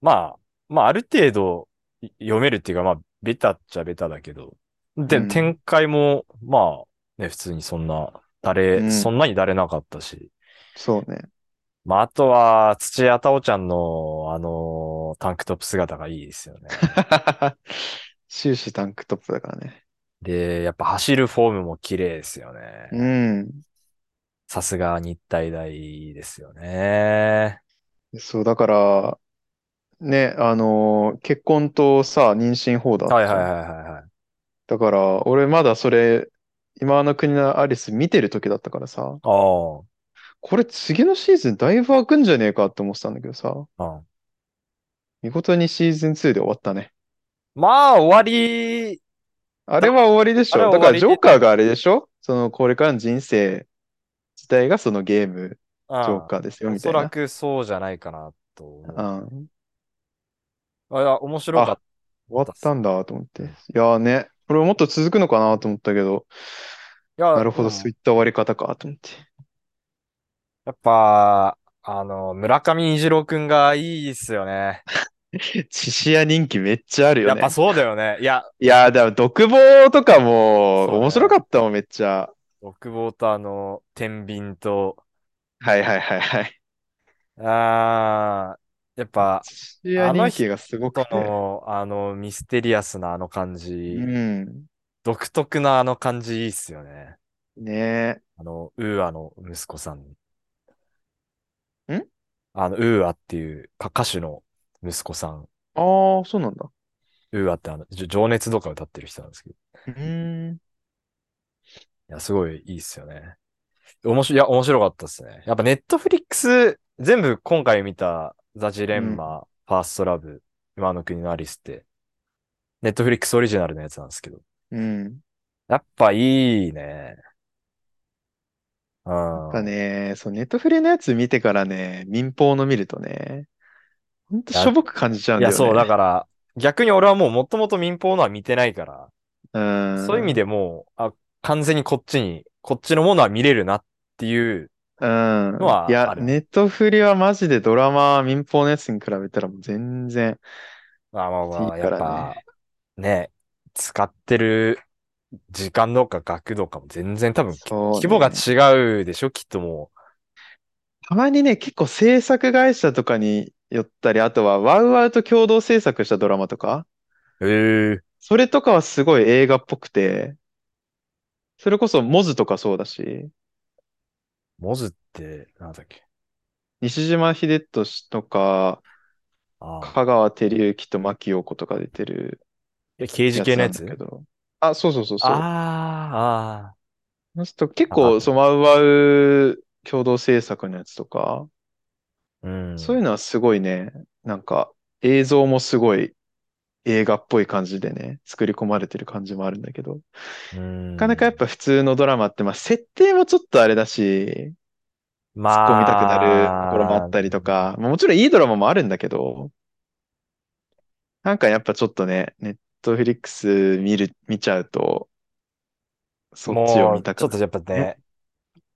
[SPEAKER 2] まあ、まあある程度い読めるっていうか、まあベタっちゃベタだけど。
[SPEAKER 1] う
[SPEAKER 2] で、
[SPEAKER 1] ん。
[SPEAKER 2] 展開も、まあね、普通にそんな、
[SPEAKER 1] う
[SPEAKER 2] 誰、そ
[SPEAKER 1] ん。
[SPEAKER 2] んなに誰なかったし。
[SPEAKER 1] そうね。 <laughs>
[SPEAKER 2] まあ、あとは、土屋太鳳ちゃんの、あのータンクトップ姿がいいですよ
[SPEAKER 1] <laughs>
[SPEAKER 2] ね。
[SPEAKER 1] 終始タンクトップだからね。
[SPEAKER 2] で、やっぱ走るフォームも綺麗ですよね。
[SPEAKER 1] うん。
[SPEAKER 2] さすが日体大ですよね。
[SPEAKER 1] そう、だから、ね、あのー結婚とさ、妊娠報道あっ
[SPEAKER 2] はい
[SPEAKER 1] た
[SPEAKER 2] はい
[SPEAKER 1] じ
[SPEAKER 2] は
[SPEAKER 1] ゃ
[SPEAKER 2] い
[SPEAKER 1] ん
[SPEAKER 2] はいはい。
[SPEAKER 1] だから、俺まだそれ、今の国のアリス見てる時だったからさ、
[SPEAKER 2] ああ。
[SPEAKER 1] これ次のシーズンだいぶ開くんじゃねえかって思ってたんだけどさ、
[SPEAKER 2] うん
[SPEAKER 1] 見事にシーズン2で終わったね。
[SPEAKER 2] まあ、終わり、
[SPEAKER 1] あれは終わりでし
[SPEAKER 2] あれ
[SPEAKER 1] ょ。
[SPEAKER 2] は
[SPEAKER 1] だから
[SPEAKER 2] 終わり
[SPEAKER 1] ジョーカーがあれでしょその、これからの人生自体がそのゲーム、
[SPEAKER 2] うん
[SPEAKER 1] ジョーカーですよ、
[SPEAKER 2] お
[SPEAKER 1] みた
[SPEAKER 2] そ
[SPEAKER 1] い
[SPEAKER 2] ら
[SPEAKER 1] な。
[SPEAKER 2] くそうじゃないかなと思う。
[SPEAKER 1] うん。
[SPEAKER 2] あ、いや、面白かっ
[SPEAKER 1] 終わったんだと思って。いやーね、これもっと続くのかなと思ったけど、
[SPEAKER 2] た。いや、
[SPEAKER 1] なるほど、
[SPEAKER 2] うん
[SPEAKER 1] そういった終わり方かと思って。 <laughs>
[SPEAKER 2] やっぱ、あの、村上虹郎くんがいいですよね。
[SPEAKER 1] チシア人気めっちゃあるよ
[SPEAKER 2] やっ
[SPEAKER 1] ね
[SPEAKER 2] ぱ。そうだよね。いや、
[SPEAKER 1] いやー、でも、独房とかも、
[SPEAKER 2] そうね
[SPEAKER 1] 面白かったもん、めっちゃ。
[SPEAKER 2] 僕ボとあの、天秤と、
[SPEAKER 1] はいはいはいはい。
[SPEAKER 2] あー、やっぱ、
[SPEAKER 1] 土屋人気がすごく
[SPEAKER 2] そ
[SPEAKER 1] て。
[SPEAKER 2] の、あの、ミステリアスなあの感じ、
[SPEAKER 1] うん。
[SPEAKER 2] 独特なあの感じいいっすよね。
[SPEAKER 1] ね
[SPEAKER 2] あの、ウーアの息子さん。
[SPEAKER 1] ん
[SPEAKER 2] あの、ウーアっていうか歌手の息子さん。
[SPEAKER 1] ああー、そうなんだ。
[SPEAKER 2] ウーアってあの、じょ情熱とか歌ってる人なんですけど。
[SPEAKER 1] うーん。
[SPEAKER 2] いや、すごいいいっすよね。面白い、いや、面白かったっすね。やっぱネットフリックス、全部今回見たザ・ジレンマ、ファーストラブ、今の国のアリスって、ネットフリックスオリジナルのやつなんですけど。
[SPEAKER 1] うん。
[SPEAKER 2] やっぱいいね。うん。
[SPEAKER 1] やっぱね、そう、ネットフリのやつ見てからね、民放の見るとね、ほんとしょぼく感じちゃうん
[SPEAKER 2] い
[SPEAKER 1] だよ
[SPEAKER 2] や、
[SPEAKER 1] ね。
[SPEAKER 2] そう、だから、逆に俺はもうもともと民放のは見てないから、
[SPEAKER 1] ら、うん。
[SPEAKER 2] そういう意味でもう、あ、完全にこっちに、こっちのものは見れるなっていう、
[SPEAKER 1] うん。
[SPEAKER 2] のはい
[SPEAKER 1] や
[SPEAKER 2] あ、る
[SPEAKER 1] ネットフリはマジでドラマ、民放のやつに比べたらもう全然。
[SPEAKER 2] まあまあまあ、
[SPEAKER 1] いい
[SPEAKER 2] や
[SPEAKER 1] から
[SPEAKER 2] っぱ
[SPEAKER 1] ね、
[SPEAKER 2] ね、使ってる時間とか額とかも全然多分、
[SPEAKER 1] そうね
[SPEAKER 2] 規模が違うでしょ、きっとも
[SPEAKER 1] たまにね、結構制作会社とかに寄ったり、あとはワウワウと共同制作したドラマとか、
[SPEAKER 2] う。ええ
[SPEAKER 1] それとかはすごい映画っぽくて、それこそモズとかそうだし、
[SPEAKER 2] モズって、なんだっけ。
[SPEAKER 1] 西島秀俊とか、
[SPEAKER 2] ああ。
[SPEAKER 1] 香川照之と牧陽子とか出てる
[SPEAKER 2] え刑事系のやつ
[SPEAKER 1] なんだけど。あ、そうそうそうそう。
[SPEAKER 2] ああ、ああ。
[SPEAKER 1] そうすると結
[SPEAKER 2] あ
[SPEAKER 1] 構、
[SPEAKER 2] あ
[SPEAKER 1] そのワウワウ共同制作のやつとか、
[SPEAKER 2] うん。
[SPEAKER 1] そういうのはすごいね、なんか映像もすごい映画っぽい感じでね、作り込まれてる感じもあるんだけど、
[SPEAKER 2] うん
[SPEAKER 1] なかなかやっぱ普通のドラマって、まあ設定もちょっとあれだし、
[SPEAKER 2] ま
[SPEAKER 1] 突っ込みたくなる
[SPEAKER 2] あ
[SPEAKER 1] ところもあったりとか、まあもちろんいいドラマもあるんだけど、なんかやっぱちょっとね、ネットフリックス見る、見ちゃうと、そっちを
[SPEAKER 2] も
[SPEAKER 1] 見
[SPEAKER 2] う、
[SPEAKER 1] た
[SPEAKER 2] ちょっ
[SPEAKER 1] く
[SPEAKER 2] と
[SPEAKER 1] な
[SPEAKER 2] やっぱね、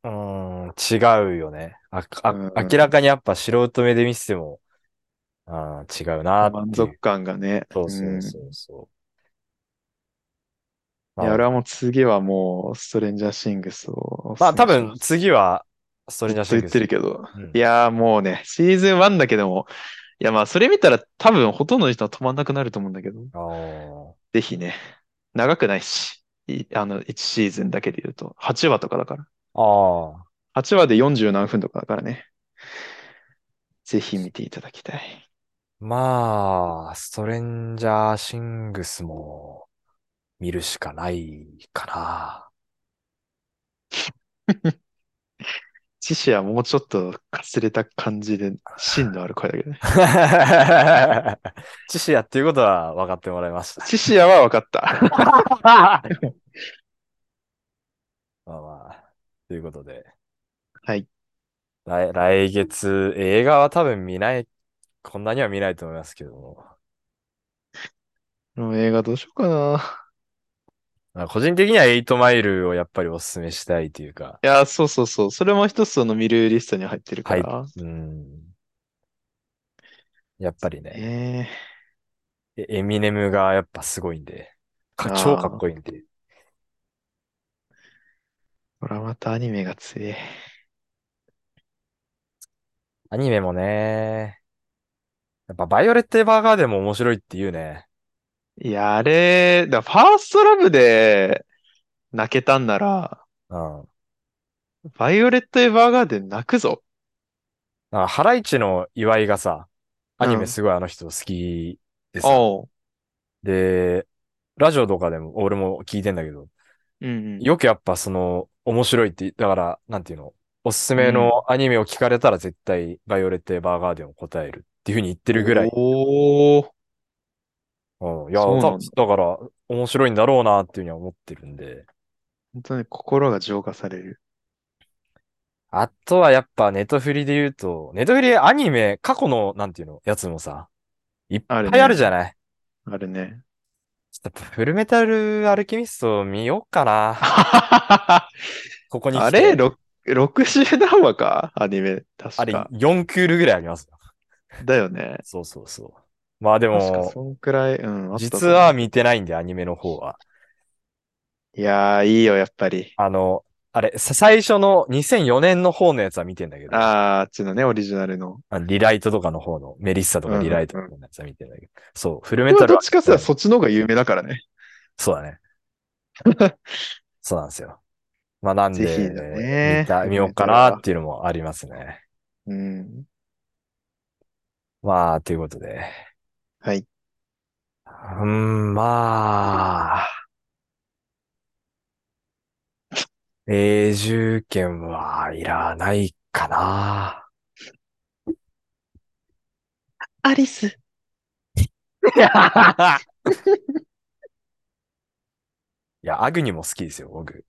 [SPEAKER 2] うーん、違うよね。あ、あ、
[SPEAKER 1] うん
[SPEAKER 2] 明らかにやっぱ素人目で見せても、あー違うなーっていう。
[SPEAKER 1] 満足感がね、
[SPEAKER 2] そうそう
[SPEAKER 1] うん
[SPEAKER 2] そうそ
[SPEAKER 1] い
[SPEAKER 2] う。
[SPEAKER 1] や、
[SPEAKER 2] まあ
[SPEAKER 1] 俺はもう次はもう、ストレンジャーシングスをお
[SPEAKER 2] ま
[SPEAKER 1] す
[SPEAKER 2] あ
[SPEAKER 1] す
[SPEAKER 2] 多
[SPEAKER 1] めし
[SPEAKER 2] 分
[SPEAKER 1] ます、
[SPEAKER 2] 次は、それじゃ
[SPEAKER 1] ずっと言ってるけど。
[SPEAKER 2] ど。うん
[SPEAKER 1] いやーもうね、シーズン1だけども、いやまあそれ見たら多分ほとんどの人は止まんなくなると思うんだけど、
[SPEAKER 2] あー
[SPEAKER 1] ぜひね、長くないし、いあの、1シーズンだけで言うと、8話とかだから。
[SPEAKER 2] あー。
[SPEAKER 1] 8話で40何分とかだからね。ぜひ見ていただきたい。
[SPEAKER 2] まあ、ストレンジャーシングスも見るしかないか
[SPEAKER 1] 知識はもうちょっとかすれた感じで、芯のある声だ <laughs> けどね。
[SPEAKER 2] な。 <laughs> 知識やっていうことは分かってもらいました。
[SPEAKER 1] 知識は分かった。 <laughs>
[SPEAKER 2] <laughs> まあまあ、ということで。
[SPEAKER 1] はい。
[SPEAKER 2] 来、来月、映画は多分見ない、こんなには見ないと思いますけども。
[SPEAKER 1] もう映画どうしようかな。
[SPEAKER 2] まあ個人的には8マイルをやっぱりお勧めしたいというか。
[SPEAKER 1] いやー、そうそうそう。それも一つその見るリストに入ってるか
[SPEAKER 2] はい。
[SPEAKER 1] ら。
[SPEAKER 2] うん。やっぱりね、
[SPEAKER 1] ね
[SPEAKER 2] えエミネムがやっぱすごいんで、か
[SPEAKER 1] あー
[SPEAKER 2] 超かっこいいんで。
[SPEAKER 1] ドラマとアニメが強い。
[SPEAKER 2] アニメもね。やっぱ、バイオレット・エヴァーガーデンも面白いって言うね。
[SPEAKER 1] いや、あれ、だからファーストラブで泣けたんなら、
[SPEAKER 2] うん。
[SPEAKER 1] バイオレット・エヴァーガーデン泣くぞ。
[SPEAKER 2] だから、ハライチの岩井がさ、アニ
[SPEAKER 1] う
[SPEAKER 2] メ
[SPEAKER 1] ん
[SPEAKER 2] すごいあの人好きでさ、
[SPEAKER 1] おう。
[SPEAKER 2] で、ラジオとかでも俺も聞いてんだけど、
[SPEAKER 1] うんうん。
[SPEAKER 2] よくやっぱその、面白いって、だから、なんていうの、おすすめのアニメを聞かれたら絶対、バイオレット・エヴァーガーデンを答えるっていうふうに言ってるぐらい。
[SPEAKER 1] おー。
[SPEAKER 2] うん、いや、
[SPEAKER 1] そうなんだ
[SPEAKER 2] ただから、面白いんだろうなっていうふうには思ってるんで。
[SPEAKER 1] 本当に心が浄化される。
[SPEAKER 2] あとはやっぱネトフリで言うと、ネトフリアニメ、過去の、なんていうの、やつもさ、いっぱい
[SPEAKER 1] あるね
[SPEAKER 2] あるじゃない。
[SPEAKER 1] あるね。
[SPEAKER 2] <laughs> ちょっとやっぱフルメタルアルキミストを見ようかな。
[SPEAKER 1] あ
[SPEAKER 2] ここに来て
[SPEAKER 1] れ、ろ60何話かアニメ、確
[SPEAKER 2] あれ
[SPEAKER 1] か。
[SPEAKER 2] 4クールぐらいあります。
[SPEAKER 1] だよね。
[SPEAKER 2] そうそうそう。まあで
[SPEAKER 1] 確か
[SPEAKER 2] も、
[SPEAKER 1] そんくらい、うん、あったと
[SPEAKER 2] 実は見てないんで、アニメの方は。
[SPEAKER 1] いやー、いいよ、やっぱり。
[SPEAKER 2] あの、あれ、さ最初の2004年の方のやつは見てんだけど、
[SPEAKER 1] あー、あっちのね、オリジナルの。
[SPEAKER 2] あのリライトとかの方の、メリッサとかリライトとかのやつは見てんだけど、そう、フルメタル
[SPEAKER 1] どっ
[SPEAKER 2] は
[SPEAKER 1] ちかって言ったらそっちの方が有名だからね。
[SPEAKER 2] そ
[SPEAKER 1] <laughs>
[SPEAKER 2] うだね。そうなんですよ。まあなんで、
[SPEAKER 1] ぜひだね
[SPEAKER 2] 見た、見ようかなっていうのもありますね。
[SPEAKER 1] うん。
[SPEAKER 2] まあ、ということで。
[SPEAKER 1] はい。
[SPEAKER 2] うーん、まあ。永住権はいらないかな。
[SPEAKER 1] アリス。
[SPEAKER 2] いや、アグニも好きですよ、僕。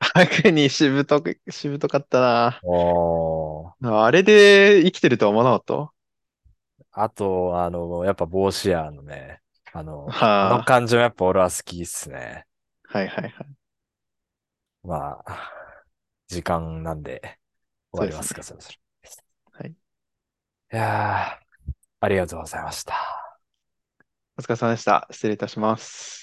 [SPEAKER 1] 白にしぶとく、しぶとかったな。
[SPEAKER 2] お
[SPEAKER 1] あれで生きてるとは思わなかった
[SPEAKER 2] あと、あの、やっぱ帽子屋のね、あの、あの
[SPEAKER 1] はあ、
[SPEAKER 2] 感じもやっぱ俺は好きっすね。
[SPEAKER 1] はいはいはい。
[SPEAKER 2] まあ、時間なんで、終わりますか、そろそろ。
[SPEAKER 1] はい
[SPEAKER 2] いやーありがとうございました。
[SPEAKER 1] お疲れ様でした。失礼いたします。